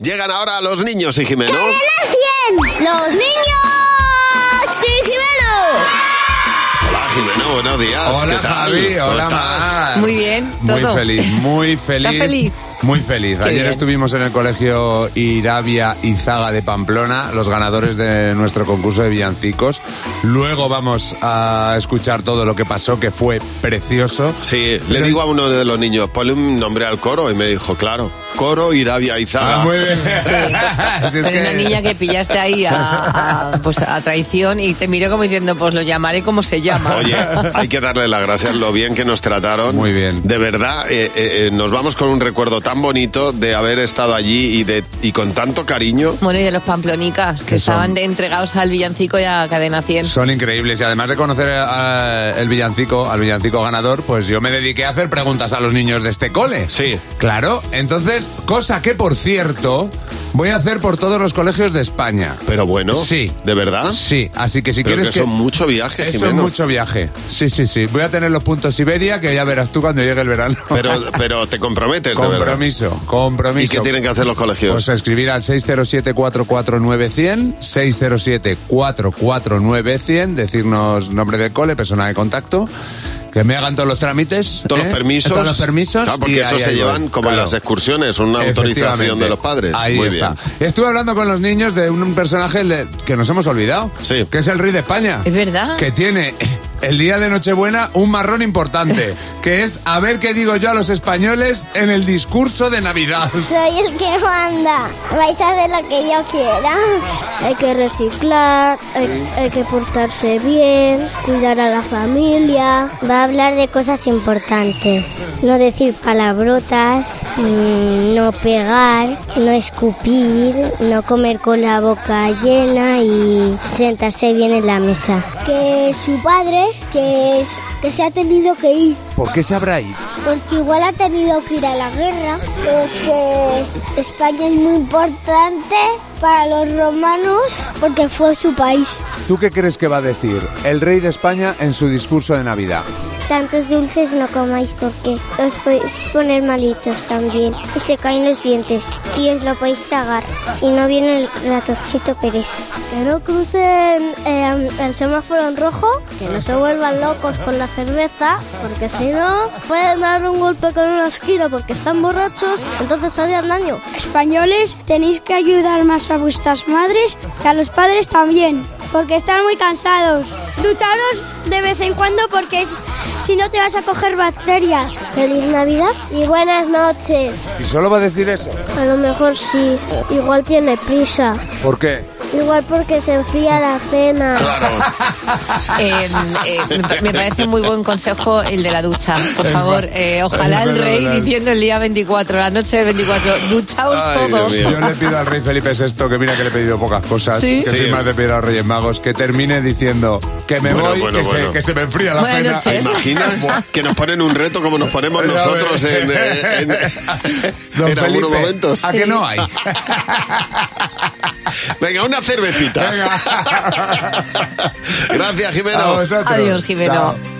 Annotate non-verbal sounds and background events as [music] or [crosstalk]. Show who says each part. Speaker 1: Llegan ahora los niños y Jimeno.
Speaker 2: ¡Los niños! ¡Sí,
Speaker 1: Hola Ah, Jimeno, buenos días.
Speaker 3: Hola,
Speaker 1: ¿Qué tal?
Speaker 3: Javi,
Speaker 1: ¿Cómo
Speaker 3: hola,
Speaker 1: estás?
Speaker 3: Mar.
Speaker 4: Muy bien,
Speaker 3: Muy
Speaker 4: todo.
Speaker 3: feliz, muy feliz.
Speaker 4: ¿Estás feliz?
Speaker 3: Muy feliz. Ayer
Speaker 4: bien.
Speaker 3: estuvimos en el colegio Irabia Izaga de Pamplona, los ganadores de nuestro concurso de villancicos. Luego vamos a escuchar todo lo que pasó, que fue precioso.
Speaker 1: Sí, le digo a uno de los niños, ponle un nombre al coro y me dijo, claro, coro Irabia Izaga.
Speaker 3: Ah, muy bien. [laughs] Si es
Speaker 4: Pero una niña que pillaste ahí a, a- pues a traición y te miró como diciendo, pues lo llamaré como se llama.
Speaker 1: Oye, hay que darle las gracias lo bien que nos trataron.
Speaker 3: Muy bien.
Speaker 1: De verdad, eh, eh, eh, nos vamos con un recuerdo tan bonito de haber estado allí y, de, y con tanto cariño.
Speaker 4: Bueno, y de los pamplonicas, que
Speaker 3: Que son-
Speaker 4: estaban de- entregados al villancico y a Cadena 100.
Speaker 3: Son increíbles y además de conocer a- el villancico, al villancico ganador, pues yo me dediqué a hacer preguntas a los niños de este cole.
Speaker 1: Sí.
Speaker 3: Claro, entonces, cosa que por cierto voy a hacer por todos los colegios de España.
Speaker 1: Pero bueno,
Speaker 3: Sí.
Speaker 1: ¿de verdad?
Speaker 3: Sí, así que si
Speaker 1: ¿Ah? Pero que,
Speaker 3: quieres
Speaker 1: eso es mucho viaje,
Speaker 3: Eso es
Speaker 1: Jimeno.
Speaker 3: mucho viaje. Sí, sí, sí. Voy a tener los puntos Siberia que ya verás tú cuando llegue el verano.
Speaker 1: Pero, pero te comprometes, de verdad.
Speaker 3: compromiso,
Speaker 1: ¿Y
Speaker 3: compromiso.
Speaker 1: qué tienen que hacer los colegios?
Speaker 3: Pues escribir al 607-449-100, 607-449-100, decirnos nombre del cole, persona de contacto, que me hagan todos los trámites.
Speaker 1: todos
Speaker 3: ¿eh?
Speaker 1: los permisos.
Speaker 3: Todos los permisos.
Speaker 1: Claro, porque
Speaker 3: y
Speaker 1: eso
Speaker 3: ahí
Speaker 1: se
Speaker 3: ahí
Speaker 1: llevan
Speaker 3: voy.
Speaker 1: como en
Speaker 3: Claro.
Speaker 1: las excursiones, una autorización
Speaker 3: Efectivamente.
Speaker 1: de los padres.
Speaker 3: Ahí
Speaker 1: Muy
Speaker 3: está.
Speaker 1: bien.
Speaker 3: Estuve hablando con los niños de un personaje le- que nos hemos olvidado,
Speaker 1: Sí.
Speaker 3: que es el rey de España.
Speaker 4: Es verdad.
Speaker 3: Que tiene el día de Nochebuena un marrón
Speaker 4: [laughs]
Speaker 3: importante, que es a ver qué digo yo a los españoles en el discurso de Navidad.
Speaker 2: Soy el que manda. Vais a hacer lo que yo quiera. Hay que reciclar, hay, hay que portarse bien, cuidar a la familia. Va a hablar de cosas importantes. No decir palabrotas, mm, no pegar, no escupir, no comer con la boca llena y sentarse bien en la mesa. Que su padre, que, que se ha tenido que ir
Speaker 5: ¿Por qué se habrá ido?
Speaker 2: porque igual ha tenido que ir a la guerra. Es que España es muy importante para los romanos porque fue su país.
Speaker 3: ¿Tú qué crees que va a decir el rey de España en su discurso de Navidad?
Speaker 2: Tantos dulces no comáis porque os podéis poner malitos también y se caen los dientes y os lo podéis tragar y no viene el ratoncito Pérez. Que no crucen em, el semáforo en rojo, que no se vuelvan locos con la cerveza porque si no pueden dar un golpe con una esquina porque están borrachos, entonces harían daño.
Speaker 6: Españoles, tenéis que ayudar más a vuestras madres que a los padres también, porque están muy cansados. Ducharos de vez en cuando porque es- si no te vas a coger bacterias.
Speaker 2: Feliz Navidad y buenas noches.
Speaker 3: Y solo va a decir eso.
Speaker 2: A lo mejor sí, igual tiene prisa,
Speaker 3: ¿Por qué?
Speaker 2: igual porque se enfría la cena.
Speaker 3: [laughs]
Speaker 1: Claro.
Speaker 4: Eh, eh, me pa- me parece muy buen consejo el de la ducha. Por favor, eh, ojalá
Speaker 3: es
Speaker 4: el rey
Speaker 3: fenomenal.
Speaker 4: diciendo el día 24, la noche del 24, duchaos
Speaker 1: Ay, Dios
Speaker 4: todos.
Speaker 1: mío.
Speaker 3: Yo le pido al rey Felipe VI, que mira que le he pedido pocas cosas,
Speaker 4: Sí.
Speaker 3: que
Speaker 1: Sí.
Speaker 3: soy más de pedir a los Reyes Magos, que termine diciendo que me
Speaker 1: Bueno,
Speaker 3: voy,
Speaker 1: bueno,
Speaker 3: que,
Speaker 1: bueno.
Speaker 3: Se, que se me enfría la
Speaker 4: Buenas
Speaker 3: cena.
Speaker 4: noches.
Speaker 1: Imagina que nos ponen un reto como nos ponemos
Speaker 3: Ya
Speaker 1: nosotros
Speaker 3: ves.
Speaker 1: en, eh, en,
Speaker 3: [laughs] Don
Speaker 1: en
Speaker 3: Felipe,
Speaker 1: algunos momentos.
Speaker 3: ¿A que no hay?
Speaker 1: Venga, una cervecita.
Speaker 3: Venga.
Speaker 1: [laughs] Gracias, Jimeno.
Speaker 3: A vosotros.
Speaker 4: Adiós, Jimeno.
Speaker 3: Chao.